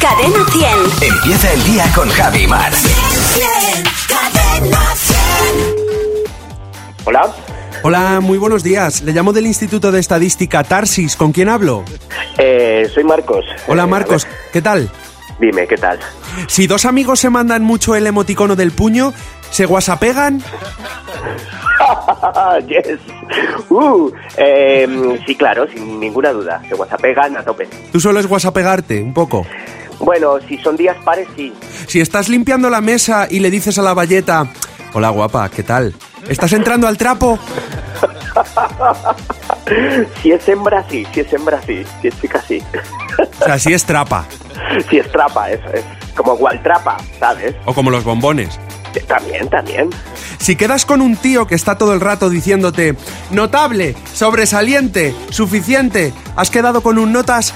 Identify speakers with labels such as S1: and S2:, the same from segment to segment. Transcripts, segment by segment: S1: Cadena 100.
S2: Empieza el día con Javi Mar.
S1: Cadena 100.
S3: Hola,
S4: Hola, muy buenos días. Le llamo del Instituto de Estadística Tarsis. ¿Con quién hablo?
S3: eh, soy Marcos. Eh,
S4: Hola
S3: a
S4: Marcos,
S3: ver,
S4: ¿qué tal?
S3: dime, ¿qué tal?
S4: Si dos amigos se mandan mucho el emoticono del puño, ¿se guasapegan?
S3: yes. Uh, eh, sí, claro, sin ninguna duda. Se whatsappegan a tope.
S4: Tú solo es guasapegarte, un poco.
S3: Bueno, si son días pares, sí.
S4: Si estás limpiando la mesa y le dices a la valleta, hola guapa, ¿qué tal? ¿Estás entrando al trapo?
S3: Si es hembra, sí. Si es hembra, sí. Si es chica, sí.
S4: O sea, si es trapa,
S3: si es trapa, eso es. Como gualtrapa, ¿sabes?
S4: o como los bombones.
S3: Eh, También, también.
S4: Si quedas con un tío que está todo el rato diciéndote, notable, sobresaliente, suficiente, has quedado con un notas,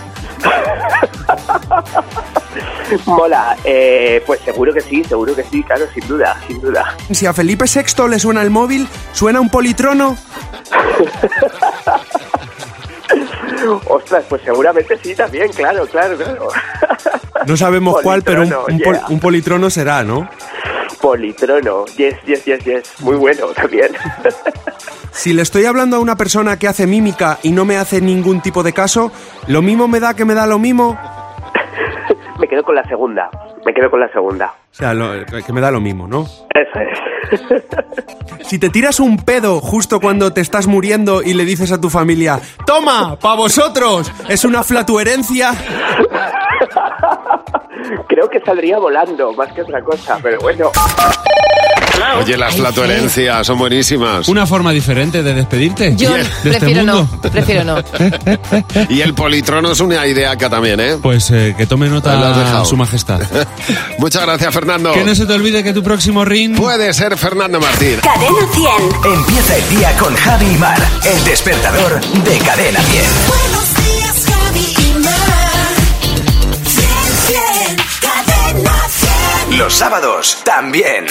S3: Mola. Eh, pues seguro que sí, seguro que sí, claro, sin duda, sin duda.
S4: Si a Felipe VI le suena el móvil, suena un politrono.
S3: Ostras, pues seguramente sí, también, claro, claro, claro.
S4: No sabemos cuál, pero un,
S3: Politrono,
S4: un pol-
S3: yeah.
S4: un politrono será, ¿no?
S3: Politrono, yes, yes, yes, yes. Muy bueno también.
S4: Si le estoy hablando a una persona que hace mímica y no me hace ningún tipo de caso, lo mismo me da que me da lo mismo. O
S3: me quedo con la segunda. Me quedo con la segunda.
S4: sea, lo- que me da lo mismo, ¿no?
S3: Eso es.
S4: Si te tiras un pedo justo cuando te estás muriendo y le dices a tu familia, ¡Toma! ¡Pa vosotros! Es una flatuerencia.
S3: Creo que saldría volando, más que otra cosa, pero bueno.
S5: Oye, las flatulencias son buenísimas.
S6: Una forma diferente de despedirte.
S7: Yo
S5: ¿De
S6: este
S7: prefiero no,
S6: mundo?
S7: prefiero no.
S5: Y el politrono es una ideaca también, ¿eh?
S6: Pues eh, que tome
S5: Ahí lo has dejado.
S6: nota su majestad.
S5: Muchas gracias, Fernando.
S6: que no se te olvide que tu próximo ring...
S5: Puede ser Fernando Martín.
S1: Cadena 100.
S2: Empieza el día con Javi Mar. El despertador de Cadena 10.
S1: Buenos días, Javi y Mar. Bien, bien. Cadena 100.
S2: Los sábados también.